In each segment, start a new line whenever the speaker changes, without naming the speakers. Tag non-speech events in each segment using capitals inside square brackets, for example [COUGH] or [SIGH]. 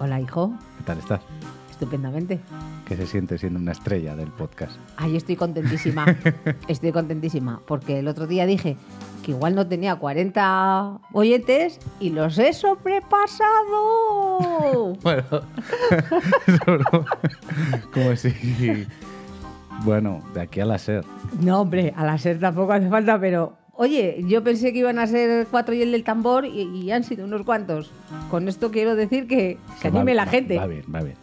Alejo,
¿Qué tal estás?
estupendamente.
¿Qué se siente siendo una estrella del podcast?
Ay, estoy [LAUGHS] contentísima. Estoy contentísima. Porque el otro día dije que igual no tenía 40 oyentes y los he sobrepasado.
[LAUGHS] Bueno, solo- como si... Bueno, de aquí a la SER.
[LAUGHS] No, hombre, a la ser tampoco hace falta, pero. Oye, yo pensé que iban a ser cuatro y el del tambor y, y han sido unos cuantos. Con esto quiero decir que, que anime
Va-
la
va-
gente.
Va bien, va bien.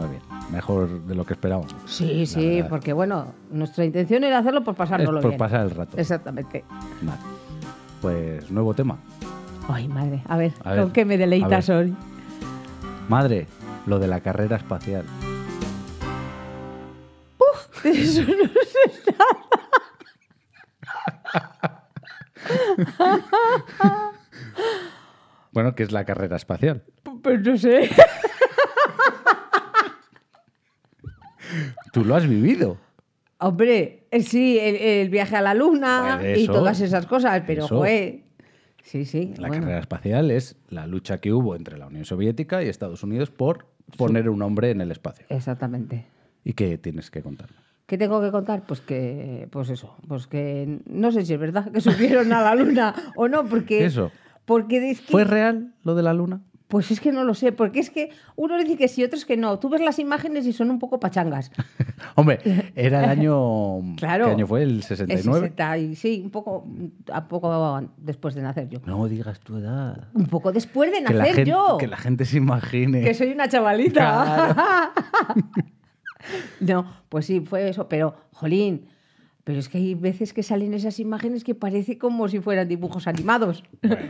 Va bien. Mejor de lo que esperábamos.
Sí,
La
sí,
verdad.
porque bueno, nuestra intención era hacerlo por
Es
pasárnoslo
por
bien.
pasar el rato.
Exactamente.
Vale. Pues nuevo tema.
Ay, madre, a ver,
A ver,
¿con qué me deleitas
a
hoy?
Madre, lo de la carrera espacial.
Eso no es
Bueno, ¿qué es la carrera espacial?
nada, Pues no sé.
Tú lo has vivido.
Hombre, eh, sí, el, el viaje a la luna
Pues
y
eso,
todas esas cosas, pero
eso.
joe. Sí, sí.
La
bueno.
carrera espacial es la lucha que hubo entre la Unión Soviética y Estados Unidos por poner un hombre en el espacio.
Exactamente.
¿Y qué tienes que contarme?
¿Qué tengo que contar? Pues que, pues eso, pues que no sé si es verdad que [LAUGHS] subieron a la luna o no, porque
Eso.
porque es que-
¿Fue real lo de la Luna? [LAUGHS]
pues es que no lo sé, porque es que uno dice que sí, otros que no. Tú ves las imágenes y son un poco
[LAUGHS]
pachangas.
Hombre, era el año...
[LAUGHS] Claro.
¿Qué año fue? ¿El
El
69?
60 y- sí, un poco, a poco después de nacer yo.
No digas tu edad.
Un poco después de
Que la,
nacer
gente,
yo.
que la gente se imagine.
que soy una chavalita. no, pues sí, fue eso. Pero, jolín, pero es que hay veces que salen esas imágenes que parece como si fueran dibujos animados.
[LAUGHS]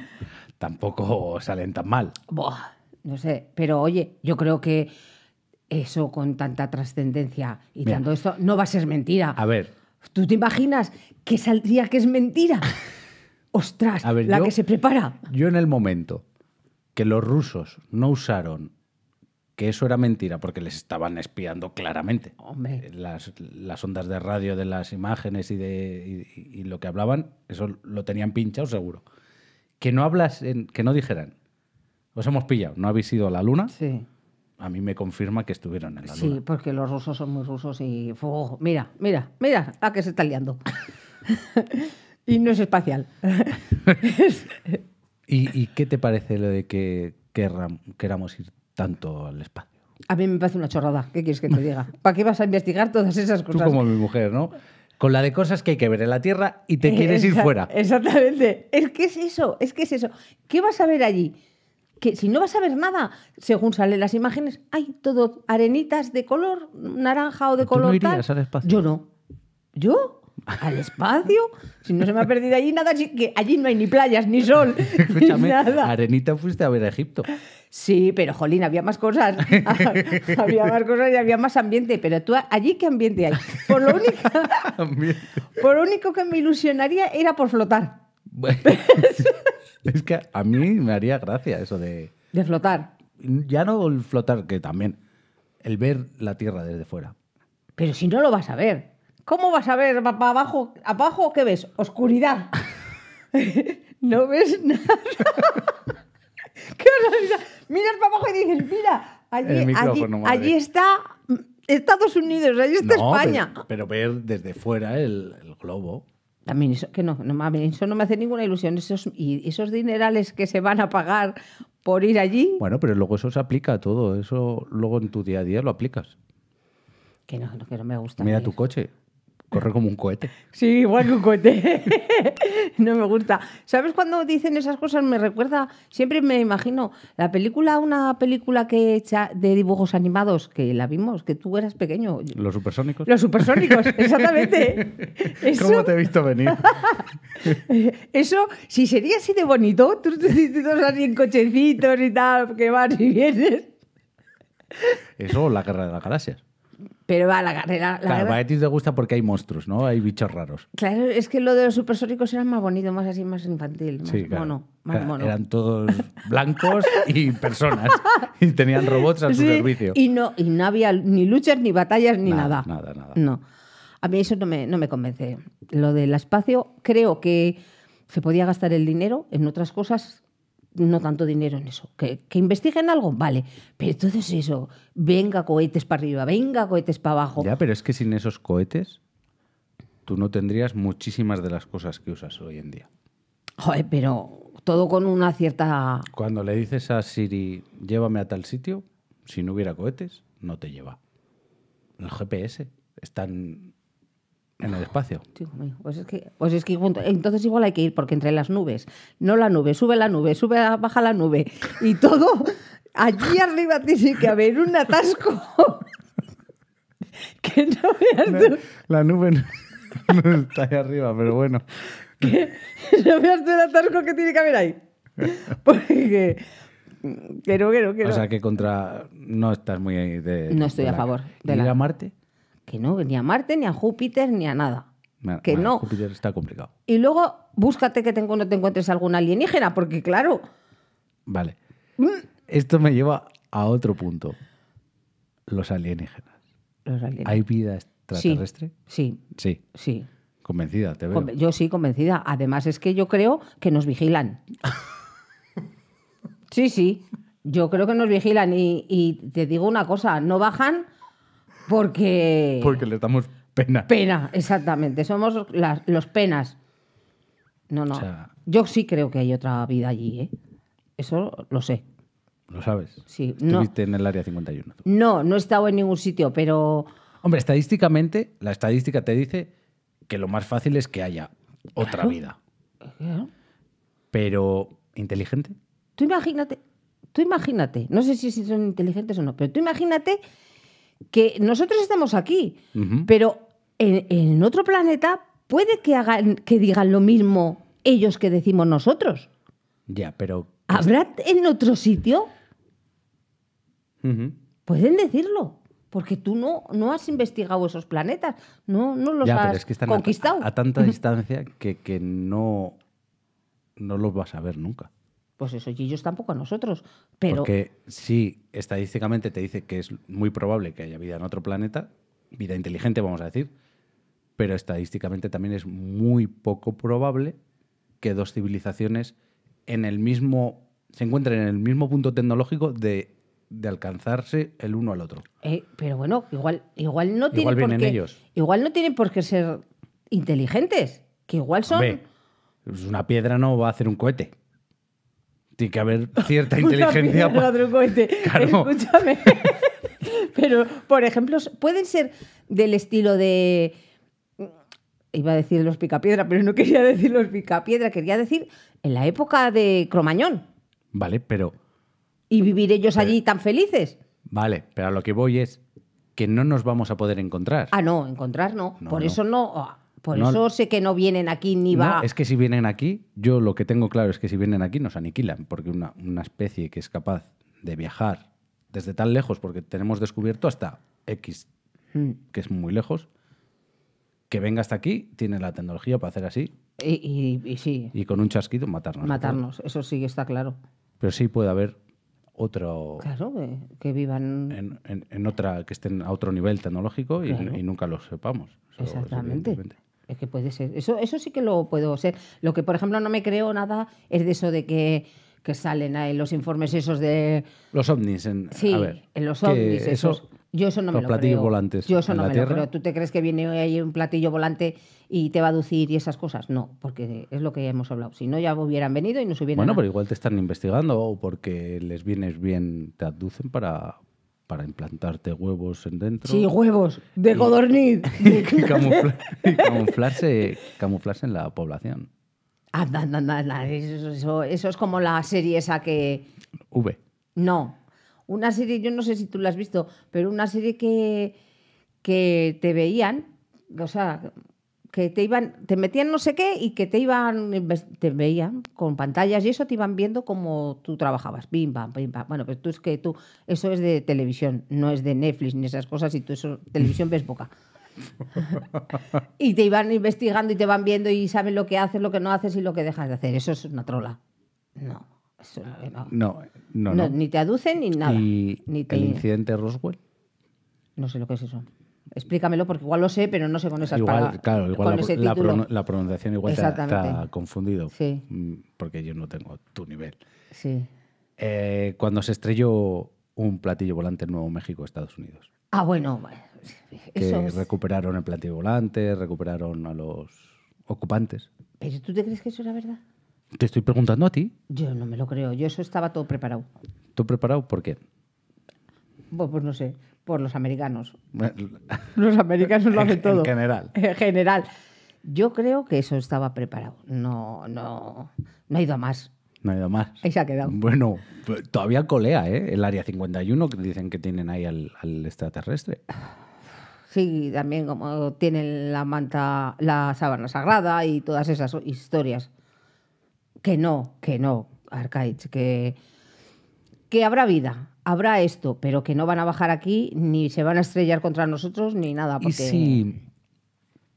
Bueno, tampoco salen tan mal.
Buah, no sé. Pero oye, yo creo que eso con tanta trascendencia y
Mira.
tanto esto no va a ser mentira.
A ver,
¿Tú te imaginas que saldría que
[LAUGHS]
es mentira? Ostras,
A ver,
la
yo-
que se prepara.
yo en el momento que los rusos no usaron que eso era mentira porque les estaban espiando claramente.
Hombre,
las, las ondas de radio de las imágenes y de y, y lo que hablaban, eso lo tenían pinchado seguro. Que no hablas en- que no dijeran, os hemos pillado, no habéis ido a la luna,
sí.
a mí me confirma que estuvieron en la
Sí,
luna.
porque los rusos son muy rusos y ¡fuego! mira, mira, mira, la que se está liando. [LAUGHS] y no es espacial.
¿Y, y qué te parece lo de que querram- queramos ir tanto al espacio?
A mí me parece una chorrada, ¿qué quieres que te diga? ¿Para qué vas a investigar todas esas
Tú
cosas?
como mi mujer, ¿no? Con la de cosas que hay que ver en la Tierra y te quieres ir
Exact-
fuera.
Eh, Exactamente. Es que es eso, es que es eso. ¿Qué vas a ver allí? Que si no vas a ver nada, según salen las imágenes, hay todo arenitas de color naranja o de
¿Tú
color
no
tal.
irías al espacio?
Yo no. ¿Yo? ¿Al espacio? Si no se me ha perdido allí nada, sí que allí no hay ni playas,
[LAUGHS]
ni sol, ni
[LAUGHS] Escúchame,
nada.
Arenita fuiste a ver a Egipto.
Sí, pero jolín, había más cosas. había más cosas y había más ambiente. Pero tú, allí, ¿qué ambiente hay? Por lo único,
[LAUGHS] [LAUGHS] También.
por lo único que me ilusionaría era por flotar.
Bueno, [LAUGHS] es que a mí me haría gracia eso de.
De flotar.
Ya no el flotar, que también. El ver la tierra desde fuera.
Pero si no lo vas a ver. ¿Cómo vas a ver para abajo? ¿Abajo qué ves? Oscuridad. [LAUGHS] no ves nada. [LAUGHS] ¡Qué barbaridad! Miras para abajo y dices, mira, allí,
El micrófono,
allí,
madre.
allí está Estados Unidos, allí está
No,
España.
Pero, pero ver desde fuera el, el globo.
También eso, que no, no mames, eso no me hace ninguna ilusión. Esos, y esos dinerales que se van a pagar por ir allí,
Bueno, pero luego eso se aplica a todo. Eso luego en tu día a día lo aplicas.
que no, no, que no me gusta.
Mira
ni
tu
eso.
coche. Corre como un cohete.
Sí, igual que un cohete. [LAUGHS] no me gusta. ¿Sabes cuando dicen esas cosas? Me recuerda, siempre me imagino, la película, una película que hecha de dibujos animados, que la vimos, que tú eras pequeño.
Los supersónicos. [LAUGHS]
Los supersónicos, exactamente. Eso,
¿Cómo te he visto venir?
eso, si sería así de bonito, tú te todos así en cochecitos y tal, que vas y vienes.
Eso o la guerra de las galaxias.
Pero va, la carrera. La
claro,
guerra-
a ti te gusta porque hay monstruos, ¿no? Hay bichos raros.
Claro, es que lo de los supersónicos era más bonito, más así, más infantil, más
Sí, claro.
mono. Más
Claro,
mono.
Eran todos blancos y
[LAUGHS]
personas. Y tenían robots a su
Sí,
servicio.
Y no, y no había ni luchas, ni batallas, ni nada.
Nada, nada, nada.
No. A mí eso no me, no me convence. Lo del espacio, creo que se podía gastar el dinero en otras cosas no tanto dinero en eso. Que, que investiguen algo, vale. Pero entonces eso, venga cohetes para arriba, venga cohetes para abajo.
Ya, pero es que sin esos cohetes tú no tendrías muchísimas de las cosas que usas hoy en día.
Joder, pero todo con una cierta...
Cuando le dices a Siri, llévame a tal sitio, si no hubiera cohetes, no te lleva. El GPS están en el espacio.
Dios mío, Pues es que, pues es que junto- entonces igual hay que ir, porque entre las nubes, no la nube, sube la nube, sube la- baja la nube, y todo, allí arriba tiene que haber un atasco [LAUGHS] que no veas tú,
La nube no, no [LAUGHS] está ahí arriba, pero bueno.
que no veas tú el atasco que tiene que haber ahí. Porque, que no, que no, que no.
O sea que contra. No estás muy ahí de.
No estoy
de
a favor de
¿Y
la-
ir a Marte?
que no, ni a Marte, ni a Júpiter, ni a nada.
Ma-
Que
ma-
no.
Júpiter está complicado.
Y luego búscate que te, encu- no te encuentres algún alienígena, porque claro,
Vale.
Mm.
Esto me lleva a otro punto. Los alienígenas.
los alienígenas.
¿Hay vida extraterrestre?
Sí,
Sí.
sí.
Convencida, te veo.
Con- Yo sí, convencida. Además, es que yo creo que nos
[LAUGHS]
vigilan. Sí, sí. Yo creo que nos vigilan. Y, y te digo una cosa, no bajan porque...
Eh. Porque le damos pena.
Pena, exactamente. Somos las, los penas. No, no.
O sea-
Yo sí creo que hay otra vida allí, ¿eh? Eso lo sé.
Lo sabes.
Sí, no.
Estuviste en el área 51. tú.
No, no he estado en ningún sitio, pero...
Hombre, estadísticamente, la estadística te dice que lo más fácil es que haya otra vida. Pero, ¿inteligente?
Tú imagínate, tú imagínate, no sé si si son inteligentes o no, pero tú imagínate que nosotros estamos aquí,
Ujú.
pero en, en otro planeta puede que hagan, que digan lo mismo ellos que decimos nosotros.
Ya, pero.
¿Habrá en otro sitio?
Ujú.
Pueden decirlo. Porque tú no, no has investigado esos planetas, no, no los
Ya,
has
pero es que están a-
conquistado.
A, a tanta distancia que, que no, no los vas a ver nunca.
Pues eso, y ellos tampoco a nosotros. Pero
Porque si estadísticamente te dice que es muy probable que haya vida en otro planeta, vida inteligente vamos a decir, pero estadísticamente también es muy poco probable que dos civilizaciones en el mismo se encuentren en el mismo punto tecnológico de, de alcanzarse el uno al otro.
Eh, pero bueno, igual, igual no tienen por
vienen
qué.
ellos.
Igual no tienen por qué ser inteligentes. Que igual son.
Hombre, pues una piedra no va a hacer un cohete. Tiene que
[LAUGHS]
haber cierta inteligencia.
Una piedra,
pa-
otro cohete.
Claro.
Escúchame. [LAUGHS] pero, por ejemplo, pueden ser del estilo de. Iba a decir los picapiedra, pero no quería decir los picapiedra, quería decir en la época de Cromañón.
Vale, pero
Y vivir ellos allí tan felices.
vale, pero a lo que voy es que no nos vamos a poder encontrar.
Ah, no, encontrar no.
No,
por
no.
eso no. ah, Por
No.
eso sé que no vienen aquí ni
No,
va.
es que si vienen aquí, yo lo que tengo claro es que si vienen aquí nos aniquilan, porque una, una especie que es capaz de viajar desde tan lejos, porque tenemos descubierto hasta X,
Mm.
que es muy lejos, que venga hasta aquí, tiene la tecnología para hacer así
Y- y- y sí,
y con un chasquito matarnos.
matarnos, eso sí que está claro.
Pero sí puede haber otro...
Claro, que, que vivan.
en, en- en otra que estén a otro nivel tecnológico y,
Claro.
y nunca lo sepamos. Eso es
Exactamente.
evidentemente.
Es que puede ser. Eso, eso sí que lo puedo ser. Lo que, por ejemplo, no me creo nada es de eso de que, que salen ahí los informes esos de.
Los ovnis en,
Sí,
a ver,
en los
que
ovnis.
eso-
esos. Yo eso no me
los
lo
platillos
creo.
volantes
Yo eso
en
no
la
me
Tierra.
lo creo. ¿Tú te crees que viene ahí un platillo volante y te va a aducir y esas cosas? No, porque es lo que hemos hablado. Si no, ya hubieran venido y nos hubieran.
Bueno, pero igual te están investigando o porque les vienes bien, te aducen para, para implantarte huevos en dentro. [LAUGHS]
Sí, huevos, de codorniz.
y, camufla- y camuflarse, camuflarse en la población.
Anda, anda, anda, anda. Eso, eso- eso es como la serie esa que.
V.
No. Una serie, yo no sé si tú la has visto, pero una serie que, que te veían, o sea, que te iban, te metían no sé qué y que te iban, inves- te veían con pantallas y eso te iban viendo cómo tú trabajabas, pim, pam, pim, pam. Bueno, pero tú es que tú, eso es de televisión, no es de Netflix ni esas cosas y tú eso, televisión ves poca. [LAUGHS] y te iban investigando y te van viendo y saben lo que haces, lo que no haces y lo que dejas de hacer. Eso es una trola. No, eso no.
No, no,
No,
no.
Ni te aducen ni nada.
y
Ni
el
te...
incidente Roswell.
No sé lo que es eso. Explícamelo porque igual lo sé, pero no sé con esas
igual,
palabras.
claro, igual
Pues con
la,
ese
la
título.
prono- la pronunciación igual te ha, te ha
Exactamente.
confundido.
Sí.
mm, Porque yo no tengo tu nivel.
Sí.
Eh, cuando se estrelló un platillo volante en Nuevo México, Estados Unidos.
Ah, bueno, bueno,
Que
eso. es-
recuperaron el platillo volante, recuperaron a los ocupantes.
¿Pero tú te crees que eso era verdad?
Te estoy preguntando a ti.
Yo no me lo creo. Yo eso estaba todo preparado.
¿Tú preparado? ¿Por qué?
Pues, pues no sé, por los americanos. [LAUGHS]
[LAUGHS] En
Los americanos lo hacen todo.
general.
En general. Yo creo que eso estaba preparado. No, no, no ha ido a más.
No ha ido más.
Ahí se ha quedado.
Bueno, pues, todavía colea, ¿eh? El área 51 que dicen que tienen ahí al, al extraterrestre.
Ah, Sí, también como tienen la manta, la sábana sagrada y todas esas historias. Que no, que no, Arcaich, que, que habrá vida, habrá esto, pero que no van a bajar aquí, ni se van a estrellar contra nosotros, ni nada. Porque...
Y si.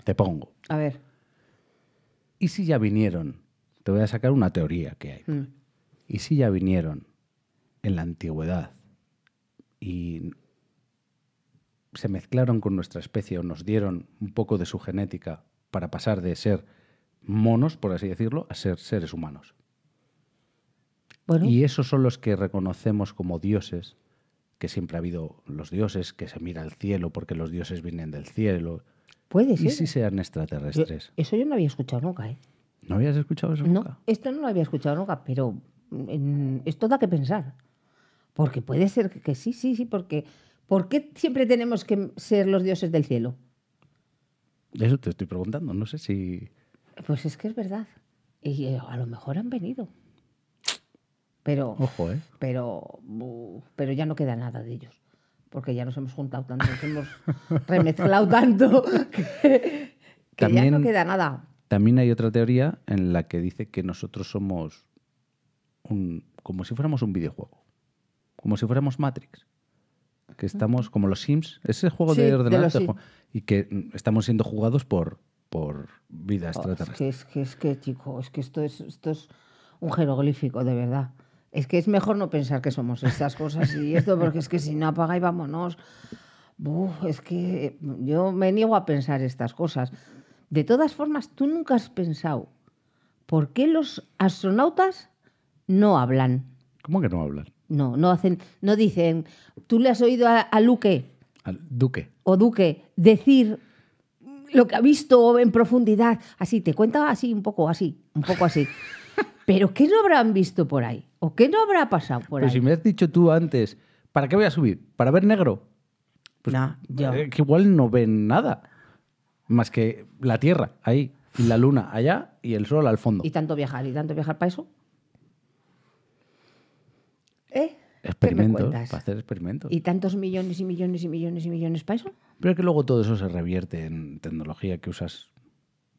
Te pongo.
A ver.
¿Y si ya vinieron? Te voy a sacar una teoría que hay.
mm.
¿Y si ya vinieron en la antigüedad y se mezclaron con nuestra especie o nos dieron un poco de su genética para pasar de ser monos, por así decirlo, a ser seres humanos?
Bueno,
Y esos son los que reconocemos como dioses, que siempre ha habido los dioses, que se mira al cielo porque los dioses vienen del cielo.
puede
¿Y
ser.
si sean
Yo-
extraterrestres?
eso yo no había escuchado nunca, ¿eh?
¿No habías escuchado eso
No,
nunca?
esto no lo había escuchado nunca, pero mm, esto da que pensar. Porque puede ser que, que sí, sí, sí, porque ¿por qué siempre tenemos que ser los dioses del cielo?
Eso te estoy preguntando, no sé si...
Pues es que es verdad. Y eh, a lo mejor han venido. Pero,
Ojo, ¿eh?
pero, bu- pero ya no queda nada de ellos. Porque ya nos hemos juntado tanto,
[LAUGHS]
nos hemos remezclado tanto que, que ya no
También-
queda nada.
También hay otra teoría en la que dice que nosotros somos un, como si fuéramos un videojuego, como si fuéramos Matrix, que estamos como los Sims, ese juego
Sí,
de
de
ordenador,
los
de
Sims.
juego, y que mm, estamos siendo jugados por, por vida
Oh, es
extraterrestre.
que, es que, es que, chico, es que esto es, esto es un jeroglífico, de verdad. Es que es mejor no pensar que somos estas cosas y esto, porque es que si no apaga y vámonos. Buf, es que yo me niego a pensar estas cosas. De todas formas, tú nunca has pensado por qué los astronautas no hablan.
¿Cómo que no hablan?
No, no hacen, no dicen. ¿Tú le has oído a, a Luque
Al Duque.
o Duque decir lo que ha visto en profundidad, así, te cuenta así, un poco así, un
[LAUGHS]
poco así. Pero ¿qué no habrán visto por ahí? ¿O qué no habrá pasado por
Pero
ahí?
Pues si me has dicho tú antes, ¿para qué voy a subir? ¿Para ver negro?
No, yo-
eh, que igual no ven nada, más que la Tierra ahí, y la Luna allá, y el Sol al fondo.
¿Y tanto viajar? ¿Y tanto viajar para eso? ¿Eh? ¿Qué me
Experimentos,
cuentas?
para hacer experimentos.
¿Y tantos millones y millones y millones y millones para eso?
Pero es que luego todo eso se revierte en tecnología que usas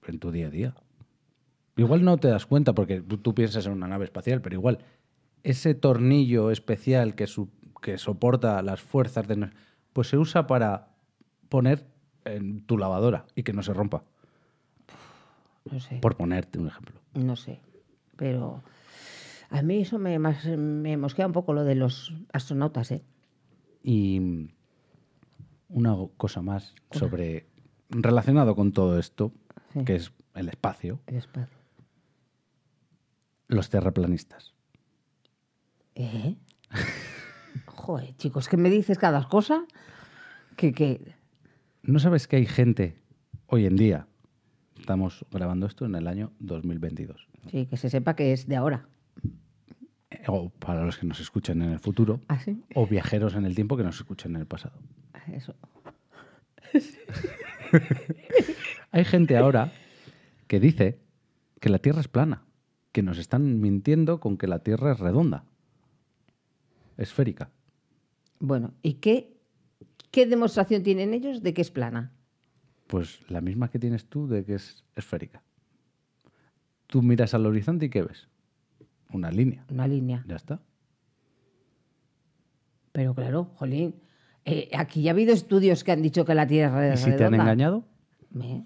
en tu día a día. Igual no te das cuenta porque tú, tú piensas en una nave espacial, pero igual ese tornillo especial que, su- que soporta las fuerzas de... no- Pues se usa para poner en tu lavadora y que no se rompa.
No sé.
Por ponerte un ejemplo.
No sé, pero a mí eso me, mas- me mosquea un poco lo de los astronautas, ¿eh?
Y una cosa más sobre... Relacionado con todo esto,
Sí.
que es el espacio,
El espacio.
los terraplanistas. [LAUGHS]
¿Eh? Joder, chicos, que me dices cada cosa que, que...
¿No sabes que hay gente hoy en día? Estamos grabando esto en el año 2022.
Sí, que se sepa que es de ahora.
Eh, O para los que nos escuchan en el futuro,
¿Así?
o viajeros en el tiempo que nos escuchan en el pasado.
Eso.
Hay gente ahora que dice que la Tierra es plana, que nos están mintiendo con que la Tierra es redonda, esférica.
Bueno, ¿y qué, qué demostración tienen ellos de que es plana?
Pues la misma que tienes tú de que es esférica. Tú miras al horizonte y ¿qué ves? Una línea.
Una línea.
Ya está.
Pero claro, jolín, eh, aquí ya ha habido estudios que han dicho que la Tierra
¿Y
es
si te han
redonda.
engañado?
Me-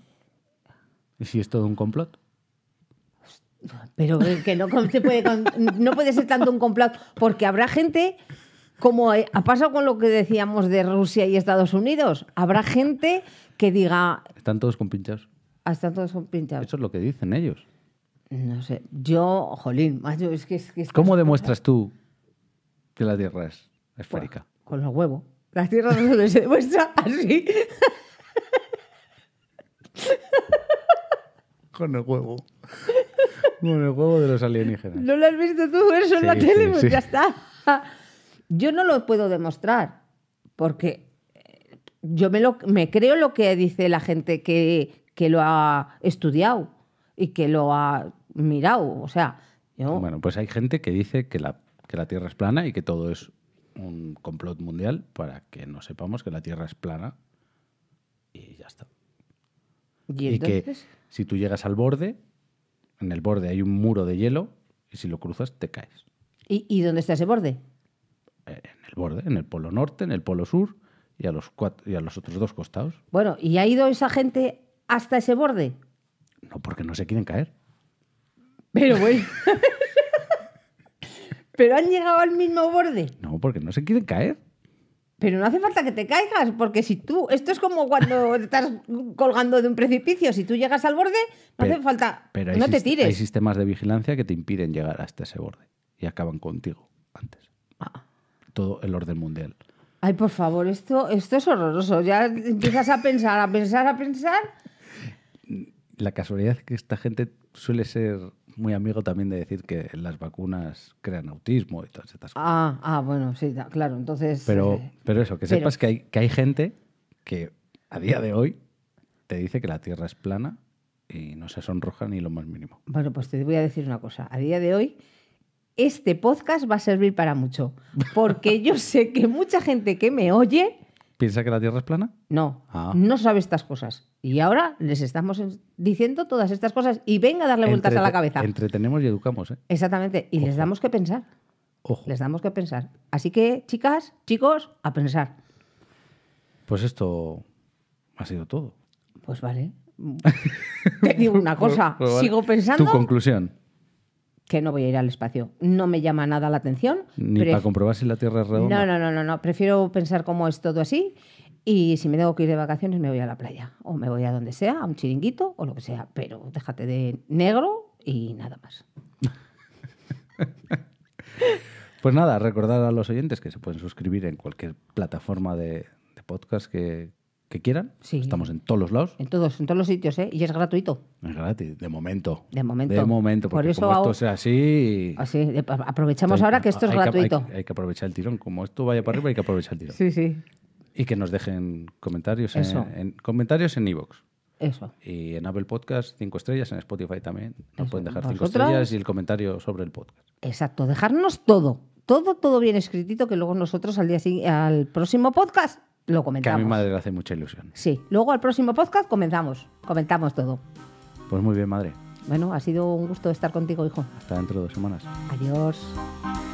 ¿Y si es todo un complot?
Pero que- que no con- se puede con- no puede ser tanto un complot, porque habrá gente como ha ha pasado con lo que decíamos de Rusia y Estados Unidos, habrá gente que diga,
Están todos compinchados.
hasta todos son pinchados.
Eso es lo que dicen ellos.
No sé, yo, jolín, macho, es que es que estas
¿Cómo
cosas-
demuestras tú que la Tierra es esférica?
Con los huevos. Las tierras no se [LAUGHS] demuestra así.
Con el huevo. [LAUGHS] Con el huevo de los alienígenas.
¿No lo has visto tú? Eso en la
Sí,
tele,
sí,
pues
sí.
ya está. Yo no lo puedo demostrar, porque eh, yo me, lo, me creo lo que dice la gente que, que lo ha estudiado y que lo ha mirado. O sea, yo...
Bueno, pues hay gente que dice que la, que la Tierra es plana y que todo es un complot mundial para que no sepamos que la Tierra es plana y ya está.
¿y
y que
entonces?
si tú llegas al borde, en el borde hay un muro de hielo y si lo cruzas te caes.
¿Y, y dónde está ese borde?
Eh, En el borde, en el polo norte, en el polo sur y a los, cuatro, y a los otros dos costados.
Bueno, ¿y ha ido esa gente hasta ese borde?
No, porque no se quieren caer.
Pero bueno... Pero han llegado al mismo borde.
No, porque no se quieren caer.
Pero no hace falta que te caigas, porque si tú, esto es como cuando estás colgando de un precipicio, si tú llegas al borde, no
Pero-
hace falta,
Pero hay,
no te
sist- hay
tires.
sistemas de vigilancia que te impiden llegar hasta ese borde y acaban contigo antes.
Ah.
Todo el orden mundial.
Ay, por favor, esto, esto es horroroso. Ya empiezas a pensar, a pensar, a pensar.
La casualidad es que esta gente suele ser muy amigo también de decir que las vacunas crean autismo y todas estas cosas.
Ah, ah bueno, sí, da- claro, entonces...
Pero,
eh,
pero eso, que
Pero-
sepas que hay, que hay gente que a día de hoy te dice que la Tierra es plana y no se sonroja ni lo más mínimo.
Bueno, pues te voy a decir una cosa. A día de hoy, este podcast va a servir para mucho, porque yo sé que mucha gente que me oye...
¿Piensa que la Tierra es plana?
No,
Ah.
no sabe estas cosas. Y ahora les estamos en- diciendo todas estas cosas y venga a darle vueltas a la
Entrete-
cabeza.
Entretenemos y educamos, ¿eh?
Exactamente. Y les damos que pensar.
Ojo.
Les damos que pensar. Así que, chicas, chicos, a pensar.
Pues esto ha sido todo. [LAUGHS]
Pues vale. Te digo una cosa.
Pues vale.
Sigo
Tu
pensando
conclusión.
que no voy a ir al espacio. No me llama nada la atención.
Ni
Pref-
para comprobar si la Tierra es redonda.
no, no, no, no, no. Prefiero pensar cómo es todo así. Y si me tengo que ir de vacaciones, me voy a la playa. O me voy a donde sea, a un chiringuito o lo que sea. Pero déjate de negro y nada más.
Pues nada, recordar a los oyentes que se pueden suscribir en cualquier plataforma de, de podcast que, que quieran.
Sí.
Estamos en todos los lados.
En todos, en todos los sitios, ¿eh? Y es gratuito.
Es gratis, de momento.
De momento.
De momento,
Por
porque
eso
como
ahora-
esto sea así...
Así, eh, pa- aprovechamos
hay-
ahora que esto es
hay que- hay-
gratuito.
Hay, que aprovechar el tirón. Como esto vaya para arriba, hay que aprovechar el tirón.
Sí, sí,
Y que nos dejen comentarios en,
Eso.
en- comentarios en iVoox.
eso.
y en Apple Podcast, cinco estrellas, en Spotify también. Nos
Eso,
pueden dejar cinco
vosotras.
estrellas y el comentario sobre el podcast.
Exacto, dejarnos todo, todo, todo bien escritito que luego nosotros al día sigui- al próximo podcast lo
Que a
comentamos.
mi madre le hace mucha ilusión.
Sí, luego al próximo podcast comenzamos, comentamos todo.
Pues muy bien, madre.
Bueno, ha sido un gusto estar contigo, hijo.
Hasta dentro de dos semanas.
Adiós.